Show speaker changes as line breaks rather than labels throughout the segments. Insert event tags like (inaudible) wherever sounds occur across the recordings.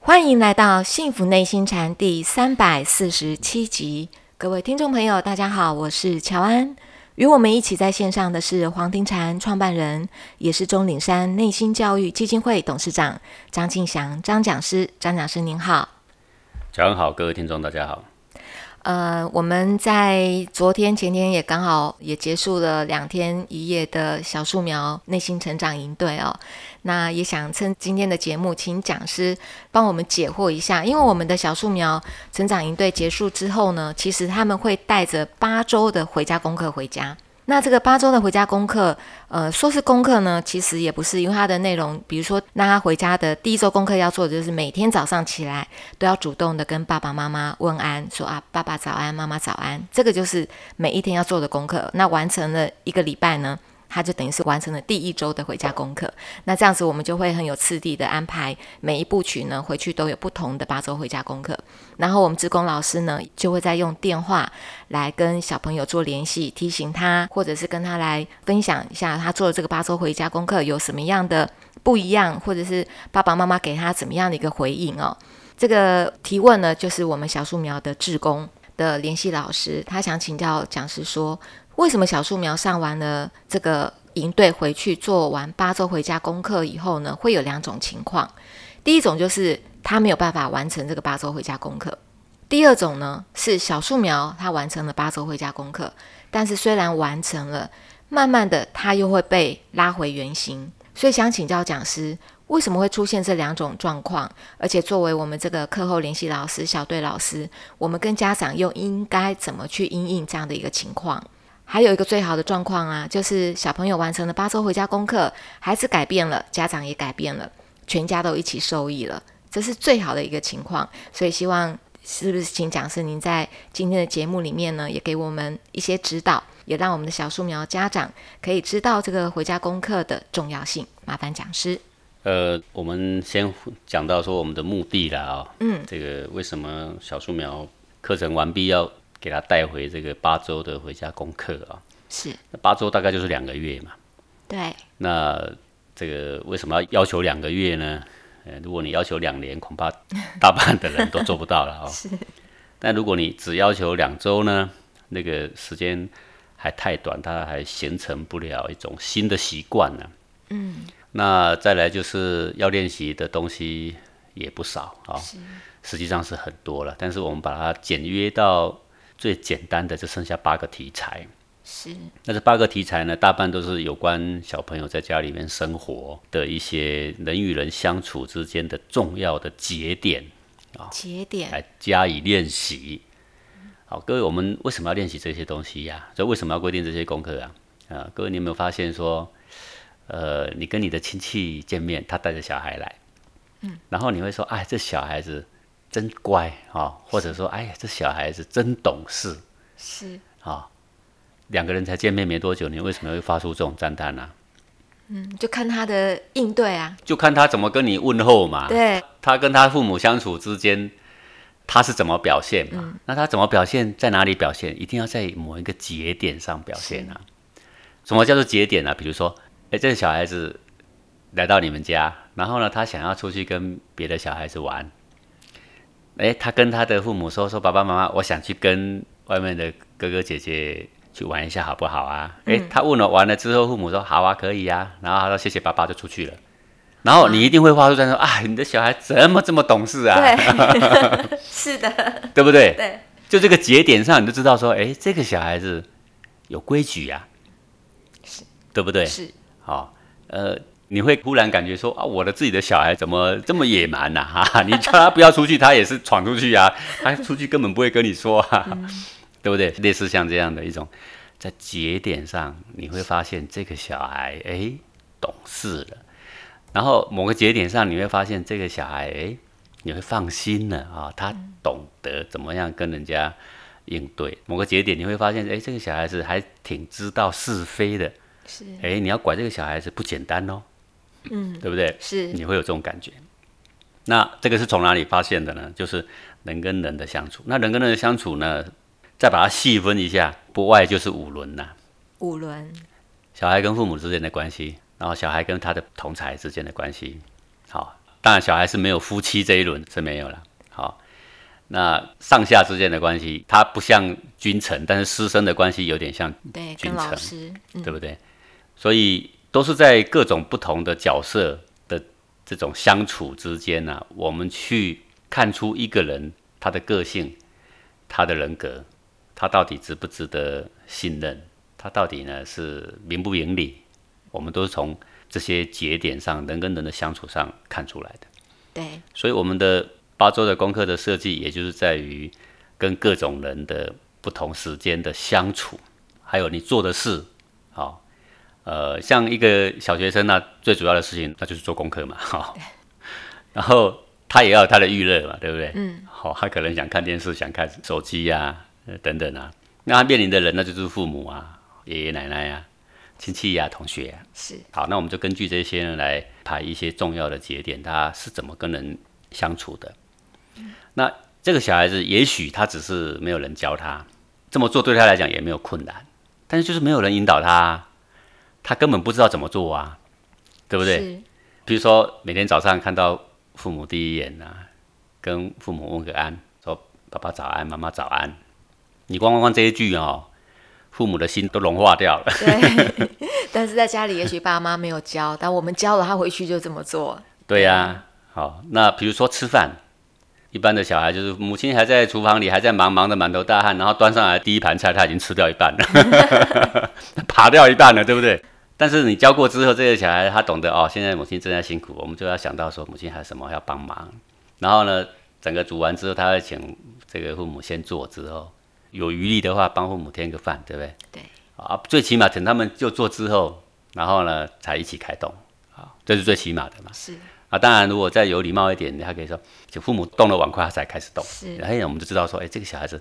欢迎来到《幸福内心禅》第三百四十七集，各位听众朋友，大家好，我是乔安。与我们一起在线上的是黄庭禅创办人，也是钟岭山内心教育基金会董事长张庆祥张讲师。张讲师您好，
早上好，各位听众，大家好。
呃，我们在昨天、前天也刚好也结束了两天一夜的小树苗内心成长营队哦。那也想趁今天的节目，请讲师帮我们解惑一下，因为我们的小树苗成长营队结束之后呢，其实他们会带着八周的回家功课回家。那这个八周的回家功课，呃，说是功课呢，其实也不是，因为它的内容，比如说，那他回家的第一周功课要做的就是每天早上起来都要主动的跟爸爸妈妈问安，说啊，爸爸早安，妈妈早安，这个就是每一天要做的功课。那完成了一个礼拜呢，他就等于是完成了第一周的回家功课。那这样子，我们就会很有次第的安排每一部曲呢，回去都有不同的八周回家功课。然后我们职工老师呢，就会再用电话来跟小朋友做联系，提醒他，或者是跟他来分享一下他做的这个八周回家功课有什么样的不一样，或者是爸爸妈妈给他怎么样的一个回应哦。这个提问呢，就是我们小树苗的志工的联系老师，他想请教讲师说，为什么小树苗上完了这个营队回去做完八周回家功课以后呢，会有两种情况，第一种就是他没有办法完成这个八周回家功课，第二种呢是小树苗他完成了八周回家功课，但是虽然完成了，慢慢的他又会被拉回原形，所以想请教讲师。为什么会出现这两种状况？而且作为我们这个课后联系老师、小队老师，我们跟家长又应该怎么去因应这样的一个情况？还有一个最好的状况啊，就是小朋友完成了八周回家功课，孩子改变了，家长也改变了，全家都一起受益了，这是最好的一个情况。所以希望是不是请讲师您在今天的节目里面呢，也给我们一些指导，也让我们的小树苗家长可以知道这个回家功课的重要性。麻烦讲师。
呃，我们先讲到说我们的目的啦啊、
嗯，
这个为什么小树苗课程完毕要给他带回这个八周的回家功课啊、
是
那八周大概就是两个月嘛。
对，
那这个为什么要要求两个月呢？呃，如果你要求两年，恐怕大半的人都做不到了哦。
是。
但如果你只要求两周呢，那个时间还太短，它还形成不了一种新的习惯呢、嗯。那再来就是要练习的东西也不少啊、实际上是很多了，但是我们把它简约到最简单的，就剩下八个题材。
是
那这八个题材呢，大半都是有关小朋友在家里面生活的一些人与人相处之间的重要的节点，啊
节点
来加以练习。好，各位，我们为什么要练习这些东西呀、所以为什么要规定这些功课啊？啊，各位，你有没有发现说，呃，你跟你的亲戚见面，他带着小孩来，嗯，然后你会说，哎，这小孩子真乖啊、哦，或者说，哎呀，这小孩子真懂事，
是
两个人才见面没多久，你为什么会发出这种赞叹呢、啊
嗯，就看他的应对啊，
就看他怎么跟你问候嘛。
对，
他跟他父母相处之间，他是怎么表现嘛？那他怎么表现，在哪里表现，一定要在某一个节点上表现啊。什么叫做节点啊？比如说，哎，这个小孩子来到你们家，然后呢，他想要出去跟别的小孩子玩，哎，他跟他的父母说说，爸爸妈妈，我想去跟外面的哥哥姐姐。去玩一下好不好啊？哎、他问了完了之后，父母说好啊，可以啊，然后他说谢谢爸爸，就出去了。然后你一定会发出赞说啊，你的小孩怎么这么懂事啊？
对， (laughs) 是的，
对不对？
对，
就这个节点上，你就知道说，哎，这个小孩子有规矩呀、对不对？
是
好、呃，你会忽然感觉说啊，我的自己的小孩怎么这么野蛮呐、哈 (laughs) 哈，你叫他不要出去，他也是闯出去啊， (laughs) 他出去根本不会跟你说啊，对不对？类似像这样的一种，在节点上，你会发现这个小孩哎懂事了，然后某个节点上，你会发现这个小孩哎，你会放心了啊、他懂得怎么样跟人家。应对某个节点，你会发现，哎，这个小孩子还挺知道是非的，
是
哎，你要管这个小孩子不简单哦，嗯，对不对？
是
你会有这种感觉。那这个是从哪里发现的呢？就是人跟人的相处。那人跟人的相处呢，再把它细分一下，不外就是五伦呐、
五轮，
小孩跟父母之间的关系，然后小孩跟他的同才之间的关系，好，当然小孩是没有夫妻这一轮是没有了。好，那上下之间的关系，它不像君臣，但是师生的关系有点像，
对，
君
跟老
臣
师，嗯，
对不对？所以都是在各种不同的角色的这种相处之间呢、我们去看出一个人他的个性、他的人格，他到底值不值得信任，他到底呢是明不明理，我们都是从这些节点上，人跟人的相处上看出来的。
对，
所以我们的八周的功课的设计，也就是在于跟各种人的不同时间的相处，还有你做的事，好、呃，像一个小学生呢、最主要的事情那就是做功课嘛， (laughs) 好、然后他也要有他的娱乐嘛，对不对？嗯，好、他可能想看电视，想看手机呀、呃等等啊，那他面临的人那就是父母啊、爷爷奶奶呀、亲戚呀、同学呀、啊
是，
好，那我们就根据这些呢来排一些重要的节点，他是怎么跟人相处的。那这个小孩子，也许他只是没有人教他，这么做对他来讲也没有困难，但是就是没有人引导他啊，他根本不知道怎么做啊，对不对？
是，
比如说每天早上看到父母第一眼啊，跟父母问个安，说爸爸早安，妈妈早安，你光光光这一句哦，父母的心都融化掉了。
对。但是在家里，也许爸妈没有教，但我们教了，他回去就这么做。
对呀、好，那比如说吃饭，一般的小孩就是母亲还在厨房里，还在忙忙的满头大汗，然后端上来第一盘菜，他已经吃掉一半了， (laughs) 扒掉一半了，对不对？但是你教过之后，这个小孩他懂得哦，现在母亲正在辛苦，我们就要想到说母亲还有什么要帮忙。然后呢，整个煮完之后，他会请这个父母先做，之后有余力的话，帮父母添个饭，对不对？
对。
啊，最起码等他们就做之后，然后呢才一起开动，好，这是最起码的嘛。
是，
啊，当然，如果再有礼貌一点，他可以说，请父母动了碗筷，他才开始动。
是
然后我们就知道说，哎，这个小孩子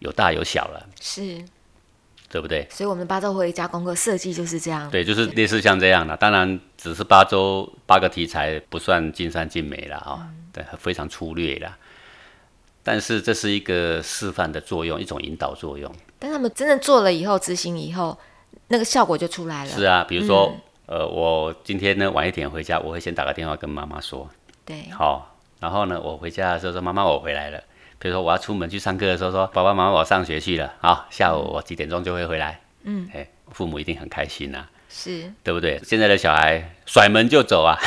有大有小了，
是，
对不对？
所以我们八周回家功课设计就是这样。
对，就是类似像这样的。当然，只是八周八个题材，不算尽善尽美了啊、
嗯
对，非常粗略啦。但是这是一个示范的作用，一种引导作用。
但他们真的做了以后，执行以后，那个效果就出来了。嗯
是啊，比如说，呃，我今天呢晚一点回家，我会先打个电话跟妈妈说，
对，
好，然后呢，我回家的时候说妈妈我回来了。比如说我要出门去上课的时候说爸爸妈妈我上学去了，好，下午我几点钟就会回来。嗯，哎，父母一定很开心啊，
是。
对不对？现在的小孩甩门就走啊，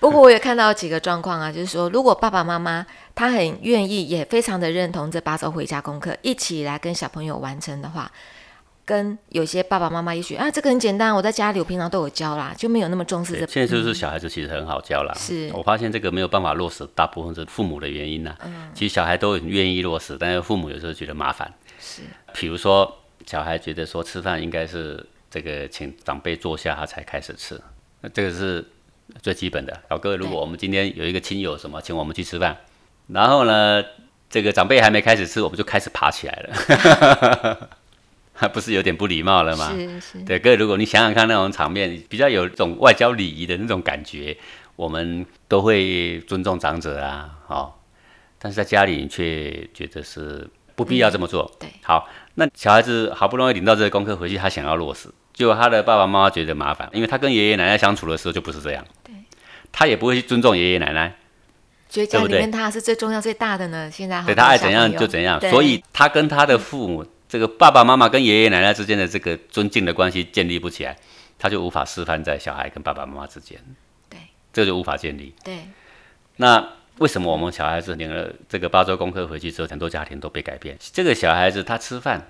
不过我也看到几个状况啊，就是说，如果爸爸妈妈他很愿意，也非常的认同这八周回家功课，一起来跟小朋友完成的话，跟有些爸爸妈妈也许啊，这个很简单，我在家里我平常都有教啦，就没有那么重视这
对。现在就是小孩子其实很好教啦。
嗯是
我发现这个没有办法落实，大部分是父母的原因呐、
嗯
其实小孩都很愿意落实，但是父母有时候觉得麻烦。
是
比如说，小孩觉得说吃饭应该是这个请长辈坐下，他才开始吃，那这个是最基本的。老哥，如果我们今天有一个亲友什么请我们去吃饭，然后呢，这个长辈还没开始吃，我们就开始爬起来
(laughs)
了， (laughs) 还不是有点不礼貌了吗？
是是，
对，各位，如果你想想看那种场面，比较有一种外交礼仪的那种感觉，我们都会尊重长者啊，好、但是在家里你却觉得是不必要这么做。
嗯对
好，那小孩子好不容易领到这个功课回去，他想要落实，结果他的爸爸妈妈觉得麻烦，因为他跟爷爷奶奶相处的时候就不是这样，
对，
他也不会去尊重爷爷奶奶，
觉得家里
对不对
面他是最重要最大的呢。现在好
对
多
他爱
小
怎样
朋友
就怎样，
对
所以他跟他的父母，这个爸爸妈妈跟爷爷奶奶之间的这个尊敬的关系建立不起来，他就无法示范在小孩跟爸爸妈妈之间，
对，
这就无法建立。
对
那为什么我们小孩子领了这个八周功课回去之后，很多家庭都被改变？这个小孩子他吃饭，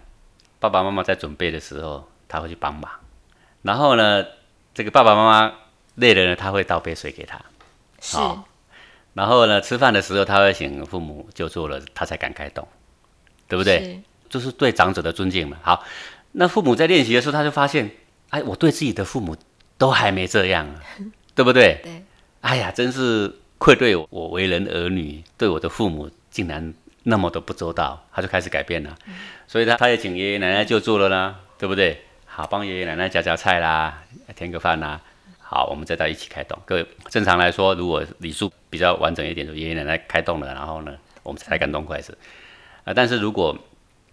爸爸妈妈在准备的时候，他会去帮忙，然后呢，这个爸爸妈妈累了呢，他会倒杯水给他。
是
好然后呢，吃饭的时候他会请父母就坐了，他才敢开动，
对
对不对？？就是对长者的尊敬嘛。好，那父母在练习的时候，他就发现，哎，我对自己的父母都还没这样、啊，对不对？
对。
哎呀，真是愧对我我为人儿女，对我的父母竟然那么的不周到，他就开始改变了。所以他他也请爷爷奶奶就坐了啦，对不对？好，帮爷爷奶奶夹夹菜啦，添个饭啦。好，我们再到一起开动。各位，正常来说，如果礼数比较完整一点，就爷爷奶奶开动了，然后呢，我们才敢动筷子。啊、但是如果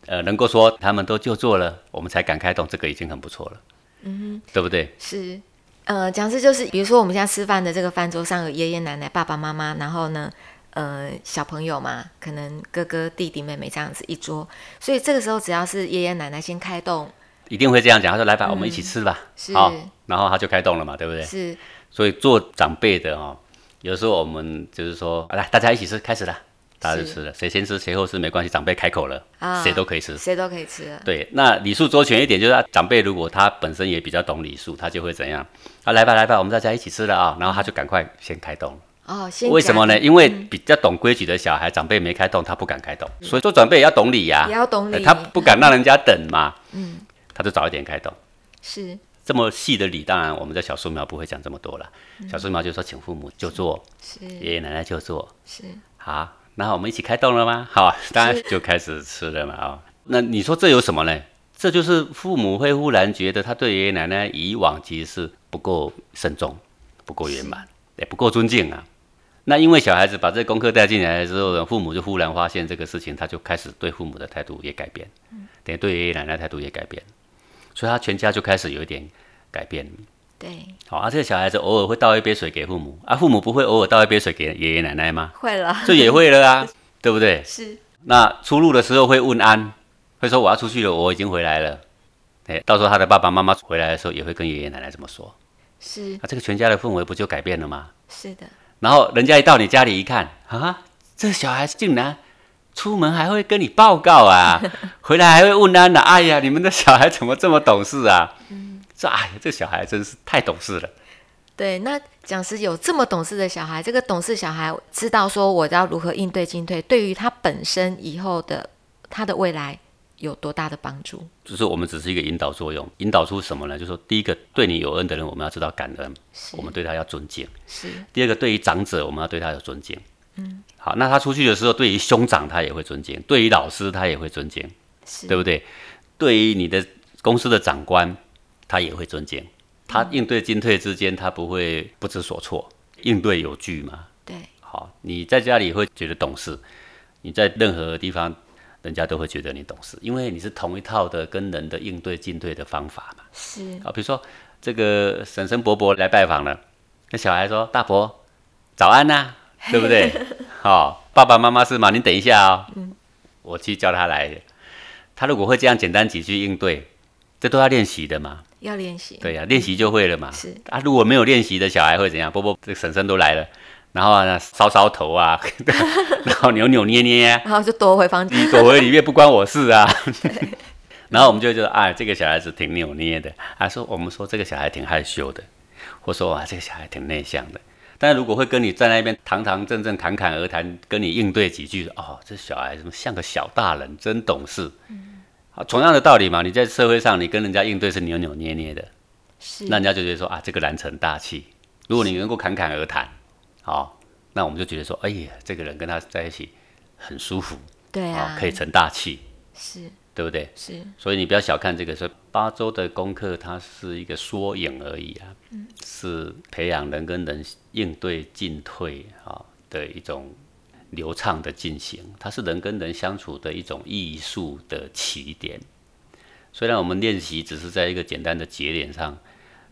呃，能够说他们都就坐了，我们才敢开动，这个已经很不错了，嗯，对不对？
是呃，讲师就是，比如说我们现在吃饭的这个饭桌上有爷爷奶奶、爸爸妈妈，然后呢，呃，小朋友嘛，可能哥哥、弟弟、妹妹这样子一桌，所以这个时候只要是爷爷奶奶先开动，
一定会这样讲。他说：“来吧，我们一起吃吧。
嗯是
好，然后他就开动了嘛，对不对？
是
所以做长辈的哦，有时候我们就是说，啊来，大家一起吃，开始了，大家就是吃了，谁先吃谁后吃没关系，长辈开口了，
啊
谁都可以吃。
谁都可以吃了，
对，那礼数周全一点，就是啊长辈如果他本身也比较懂礼数，他就会怎样？啊，来吧来吧，我们大家一起吃了啊、然后他就赶快先开动了。
哦，先
为什么呢？
讲
因为比较懂规矩的小孩，长辈没开动，他不敢开动，所以做长辈也要懂礼呀、
也嗯要懂
呃
礼，
他不敢让人家等嘛，嗯，他就早一点开动。
是
这么细的礼，当然我们在小树苗不会讲这么多了。小树苗就说，请父母就坐，
嗯是
爷爷奶奶就坐，
是，
好，那我们一起开动了吗？好，当然就开始吃了嘛啊、那你说这有什么呢？这就是父母会忽然觉得他对爷爷奶奶以往其实是不够慎重、不够圆满，也不够尊敬啊。那因为小孩子把这个功课带进来之后呢，父母就忽然发现这个事情，他就开始对父母的态度也改变，等于对爷爷奶奶态度也改变，所以他全家就开始有一点改变。
对，
好、啊，这个小孩子偶尔会倒一杯水给父母，啊，父母不会偶尔倒一杯水给爷爷奶奶吗？
会了，
(laughs) 这也会了啊，对不对？
是
那出入的时候会问安，会说我要出去了，我已经回来了。哎，到时候他的爸爸妈妈回来的时候，也会跟爷爷奶奶这么说。啊
是
那、这个全家的氛围不就改变了吗？
是的，
然后人家一到你家里一看，啊，这小孩竟然出门还会跟你报告啊， (laughs) 回来还会问安呐、哎呀，你们的小孩怎么这么懂事啊？这哎呀，这小孩真是太懂事了。
对，那讲师有这么懂事的小孩，这个懂事小孩知道说我要如何应对进退，对于他本身以后的他的未来有多大的帮助？
就是我们只是一个引导作用，引导出什么呢？就是说，第一个对你有恩的人，我们要知道感恩，我们对他要尊敬。
是
第二个，对于长者，我们要对他有尊敬。嗯，好，那他出去的时候，对于兄长他也会尊敬，对于老师他也会尊敬，
是
对不对？对于你的公司的长官，他也会尊敬。他应对进退之间，他不会不知所措，应对有据嘛。
对，
好，你在家里会觉得懂事，你在任何地方，人家都会觉得你懂事，因为你是同一套的跟人的应对进退的方法嘛。
是
啊，比如说这个婶婶伯伯来拜访了，那小孩说：“大伯，早安呐、对不对？好、爸爸妈妈是吗？您等一下哦，我去叫他来。他如果会这样简单几句应对，这都要练习的嘛。
要练习，
对呀、练习就会了嘛。
是
啊，如果没有练习的小孩会怎样？波波这个婶婶都来了，然后啊搔搔头啊， (laughs) 然后扭扭捏捏、啊，
(laughs) 然后就躲回房间，
你躲回里面不关我事啊。 (laughs) 然后我们就会觉得，哎，这个小孩子挺扭捏的，还、说我们说这个小孩挺害羞的，或说啊这个小孩挺内向的。但如果会跟你在那边堂堂正正、侃侃而谈，跟你应对几句，哦，这小孩怎么像个小大人，真懂事。啊，同样的道理嘛，你在社会上你跟人家应对是扭扭捏捏的，
是
那人家就觉得说啊，这个男成大器。如果你能够侃侃而谈，好、那我们就觉得说，哎呀，这个人跟他在一起很舒服，哦
对啊，
可以成大器，
是
对不对？
是
所以你不要小看这个，说八周的功课，它是一个缩影而已啊，是培养人跟人应对进退啊、的一种流畅的进行，它是人跟人相处的一种艺术的起点。虽然我们练习只是在一个简单的节点上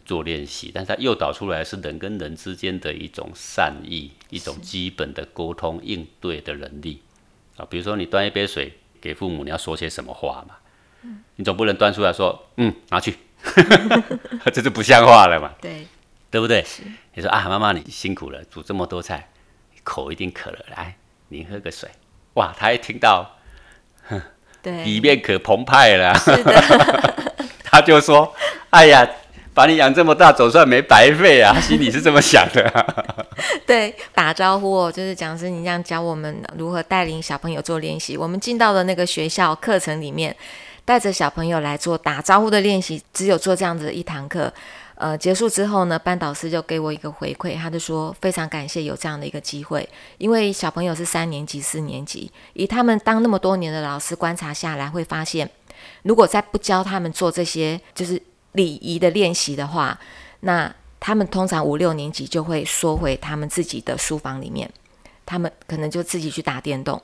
做练习，但是它诱导出来是人跟人之间的一种善意，一种基本的沟通应对的能力啊。比如说，你端一杯水给父母，你要说些什么话嘛？你总不能端出来说，嗯，拿去， (laughs) 这就不像话了嘛，
对
对不对？你说啊，妈妈你辛苦了，煮这么多菜，口一定渴了，来，你喝个水。哇，他一听到里
对
面可澎湃了， (laughs) 他就说，哎呀，把你养这么大，总算没白费
(laughs)
啊，心里是这么想的、
对，打招呼哦，就是讲师你这样教我们如何带领小朋友做练习。我们进到的那个学校课程里面，带着小朋友来做打招呼的练习，只有做这样子的一堂课。呃，结束之后呢，班导师就给我一个回馈，他就说非常感谢有这样的一个机会，因为小朋友是三年级、四年级，以他们当那么多年的老师观察下来，会发现，如果再不教他们做这些就是礼仪的练习的话，那他们通常五六年级就会缩回他们自己的书房里面，他们可能就自己去打电动，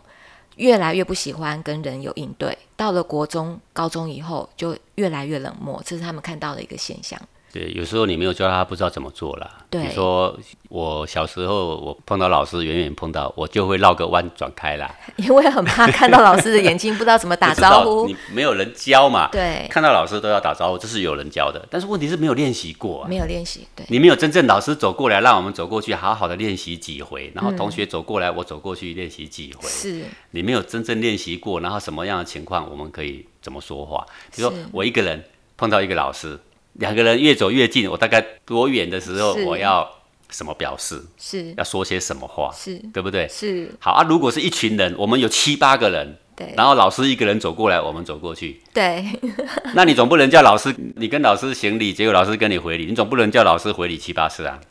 越来越不喜欢跟人有应对。到了国中、高中以后，就越来越冷漠，这是他们看到的一个现象。 (laughs)
对，有时候你没有教他，他不知道怎么做啦。
对
比如说我小时候，我碰到老师，远远碰到，我就会绕个弯转开啦。
因为很怕看到老师的眼睛，不知道怎么打
(laughs) 不知道
招呼。
你没有人教嘛？ (laughs)
对，
看到老师都要打招呼，这是有人教的，但是问题是没有练习过啊。
没有练习，
(laughs)
对，
你没有真正老师走过来，让我们走过去，好好的练习几回，然后同学走过来，我走过去练习几回。
是
你没有真正练习过，然后什么样的情况我们可以怎么说话？比如说
是
我一个人碰到一个老师，两个人越走越近，我大概多远的时候
是
我要什么表示，
是
要说些什么话，
是
对不对？
是，
好啊，如果是一群人，我们有七八个人，
对
然后老师一个人走过来，我们走过去，
对， (laughs)
那你总不能叫老师，你跟老师行礼，结果老师跟你回礼，你总不能叫老师回礼七八次啊，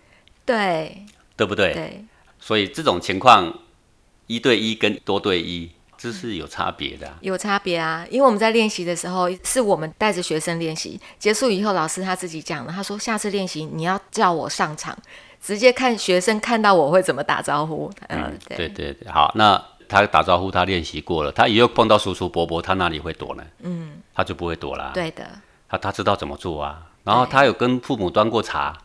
对，
对不对？
对，
所以这种情况，一对一跟多对一，这是有差别的啊、
有差别啊。因为我们在练习的时候，是我们带着学生练习，结束以后，老师他自己讲了，他说下次练习你要叫我上场，直接看学生看到我会怎么打招呼。嗯，
对
对，
对对，好，那他打招呼，他练习过了，他以后碰到叔叔伯伯，他哪里会躲呢？嗯，他就不会躲啦。，
对的，
他他知道怎么做啊。然后他有跟父母端过茶，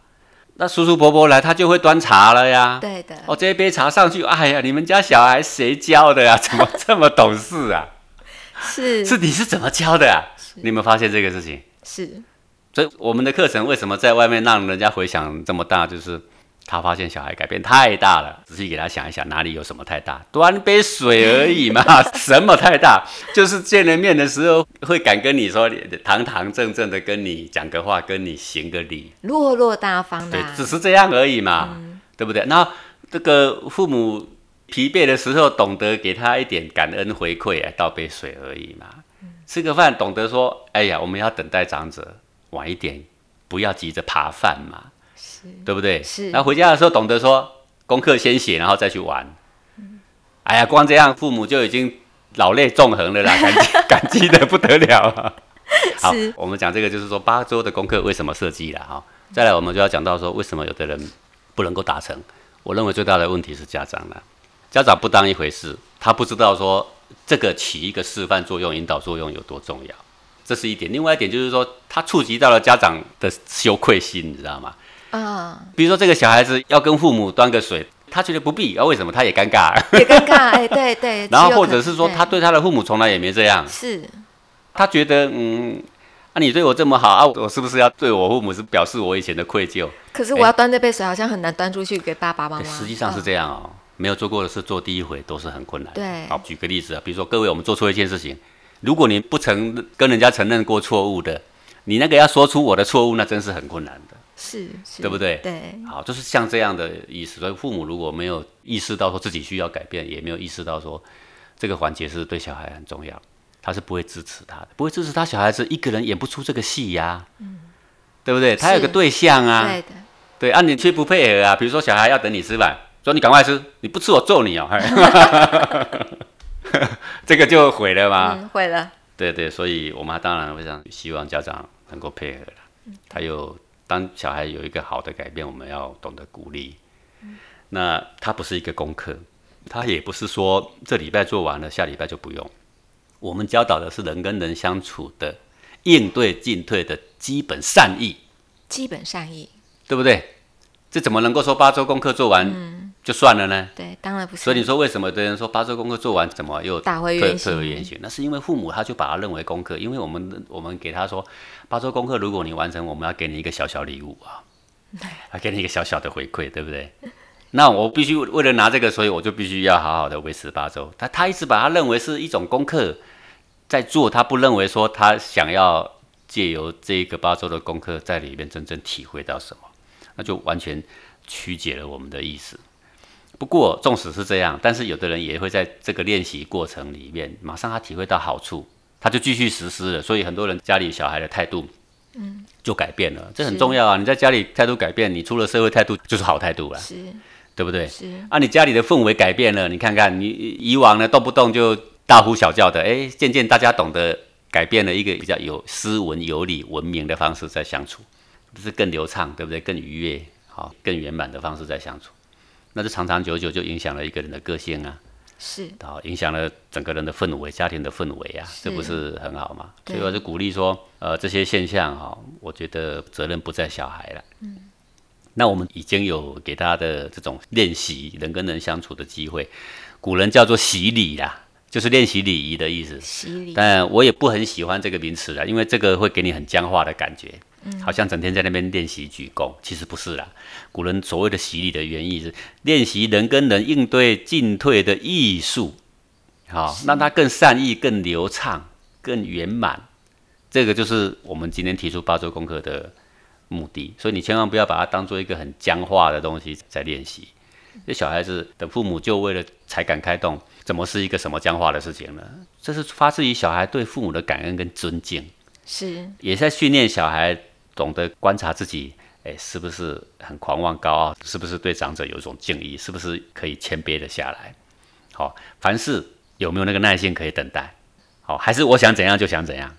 那叔叔伯伯来，他就会端茶了呀。
对的，
哦，这一杯茶上去，哎呀，你们家小孩谁教的呀、啊怎么 (laughs) 这么懂事啊？
是
是你是怎么教的啊？你有没有发现这个事情？
是，
所以我们的课程为什么在外面让人家回响这么大？就是他发现小孩改变太大了。仔细给他想一想，哪里有什么太大？端杯水而已嘛，什么太大？就是见了面的时候会敢跟你说，堂堂正正的跟你讲个话，跟你行个礼，
落落大方的
对
啊，，
只是这样而已嘛，
嗯
对不对？那这个父母疲惫的时候，懂得给他一点感恩回馈，哎，倒杯水而已嘛。
嗯
吃个饭，懂得说，哎呀，我们要等待长者，晚一点，不要急着扒饭嘛，对不对？
是
那回家的时候，懂得说，功课先写，然后再去玩。
嗯
哎呀，光这样，父母就已经老泪纵横了啦，感
(laughs)
激感激的不得了啊。好
是，
我们讲这个就是说八周的功课为什么设计了哈。再来，我们就要讲到说为什么有的人不能够达成。我认为最大的问题是家长了，家长不当一回事，他不知道说这个起一个示范作用、引导作用有多重要，这是一点。另外一点就是说，他触及到了家长的羞愧心，你知道吗？
啊，
比如说这个小孩子要跟父母端个水，他觉得不必，啊，为什么？他也
(laughs)
尴尬。
也尴尬，哎，对对，
(laughs) 然后
只有
或
可
者是说，
对
他对他的父母从来也没这样，
是
他觉得嗯，啊，你对我这么好啊，我是不是要对我父母是表示我以前的愧疚？
可是
哎
我要端这杯水，好像很难端出去给爸爸妈嗯
对
妈。
实际上是这样哦，没有做过的事做第一回都是很困难的。
对
好，举个例子啊，比如说各位，我们做错一件事情，如果你不承跟人家承认过错误的，你那个要说出我的错误，那真是很困难的。
嗯是，是
对不对
对，
好，就是像这样的意思。所以父母如果没有意识到说自己需要改变，也没有意识到说这个环节是对小孩很重要，他是不会支持他的，不会支持他小孩子一个人演不出这个戏呀、嗯，对不对？他有个对象啊，
对的，
对啊，你却不配合啊。比如说小孩要等你吃饭，说你赶快吃，你不吃我揍你哦，嘿 (laughs) 这个就毁了嘛。
嗯，会了，
对对，所以我们当然非常希望家长能够配合啦。还有，当小孩有一个好的改变，我们要懂得鼓励。那它不是一个功课，它也不是说这礼拜做完了，下礼拜就不用。我们教导的是人跟人相处的应对进退的基本善意，
基本善意，
对不对？这怎么能够说八周功课做完就算了呢？
对，当然不是。
所以你说为什么有的人说八周功课做完怎么又
打回
退
原形
退回原形？那是因为父母他就把它认为功课，因为我们我们给他说八周功课，如果你完成，我们要给你一个小小礼物啊，还给你一个小小的回馈，对不对？那我必须为了拿这个，所以我就必须要好好的维持八周。他他一直把它认为是一种功课在做，他不认为说他想要借由这个八周的功课在里面真正体会到什么，那就完全曲解了我们的意思。不过，纵使是这样，但是有的人也会在这个练习过程里面，马上他体会到好处，他就继续实施了。所以很多人家里小孩的态度，嗯，就改变了，这很
是
重要啊！你在家里态度改变，你出了社会态度就是好态度了，啊
是
对不对？
是，
啊，你家里的氛围改变了，你看看你以往呢，动不动就大呼小叫的，哎，渐渐大家懂得改变了一个比较有斯文、有礼、文明的方式在相处，这是更流畅，对不对？更愉悦，好，更圆满的方式在相处，那就长长久久就影响了一个人的个性啊，
是
然后影响了整个人的氛围、家庭的氛围啊，
是
这不是很好吗？
对
所以我就鼓励说，呃，这些现象哈、我觉得责任不在小孩了。嗯，那我们已经有给他的这种练习人跟人相处的机会，古人叫做习礼啦，就是练习礼仪的意思。
洗礼，
但我也不很喜欢这个名词啦，啊因为这个会给你很僵化的感觉，好像整天在那边练习鞠躬，其实不是啦。古人所谓的习礼的原意是练习人跟人应对进退的艺术，好、让它更善意、更流畅、更圆满。这个就是我们今天提出八周功课的目的，所以你千万不要把它当做一个很僵化的东西在练习。这小孩子等父母就为了才敢开动，怎么是一个什么僵化的事情呢？这是发自于小孩对父母的感恩跟尊敬，
是
也在训练小孩懂得观察自己，哎，是不是很狂妄高傲？是不是对长者有一种敬意？是不是可以谦卑的下来？好、凡事有没有那个耐心可以等待？好、还是我想怎样就想怎样？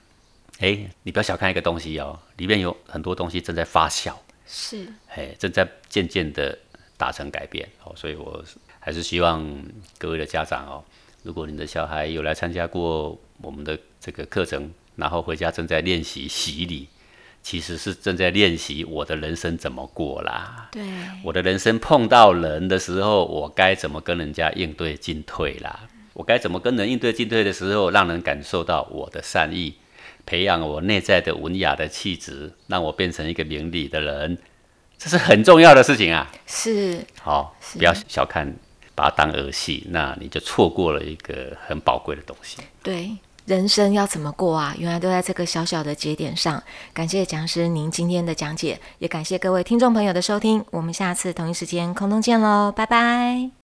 哎，你不要小看一个东西哦，里面有很多东西正在发酵。
是
哎，正在渐渐的达成改变哦，所以我是还是希望各位的家长哦，如果你的小孩有来参加过我们的这个课程，然后回家正在练习洗礼，其实是正在练习我的人生怎么过啦。
对，
我的人生碰到人的时候，我该怎么跟人家应对进退啦？我该怎么跟人应对进退的时候，让人感受到我的善意，培养我内在的文雅的气质，让我变成一个明理的人，这是很重要的事情啊！
是
好、
是
不要小看，把它当儿戏，那你就错过了一个很宝贵的东西。
对，人生要怎么过啊？原来都在这个小小的节点上。感谢讲师您今天的讲解，也感谢各位听众朋友的收听。我们下次同一时间空中见喽，拜拜。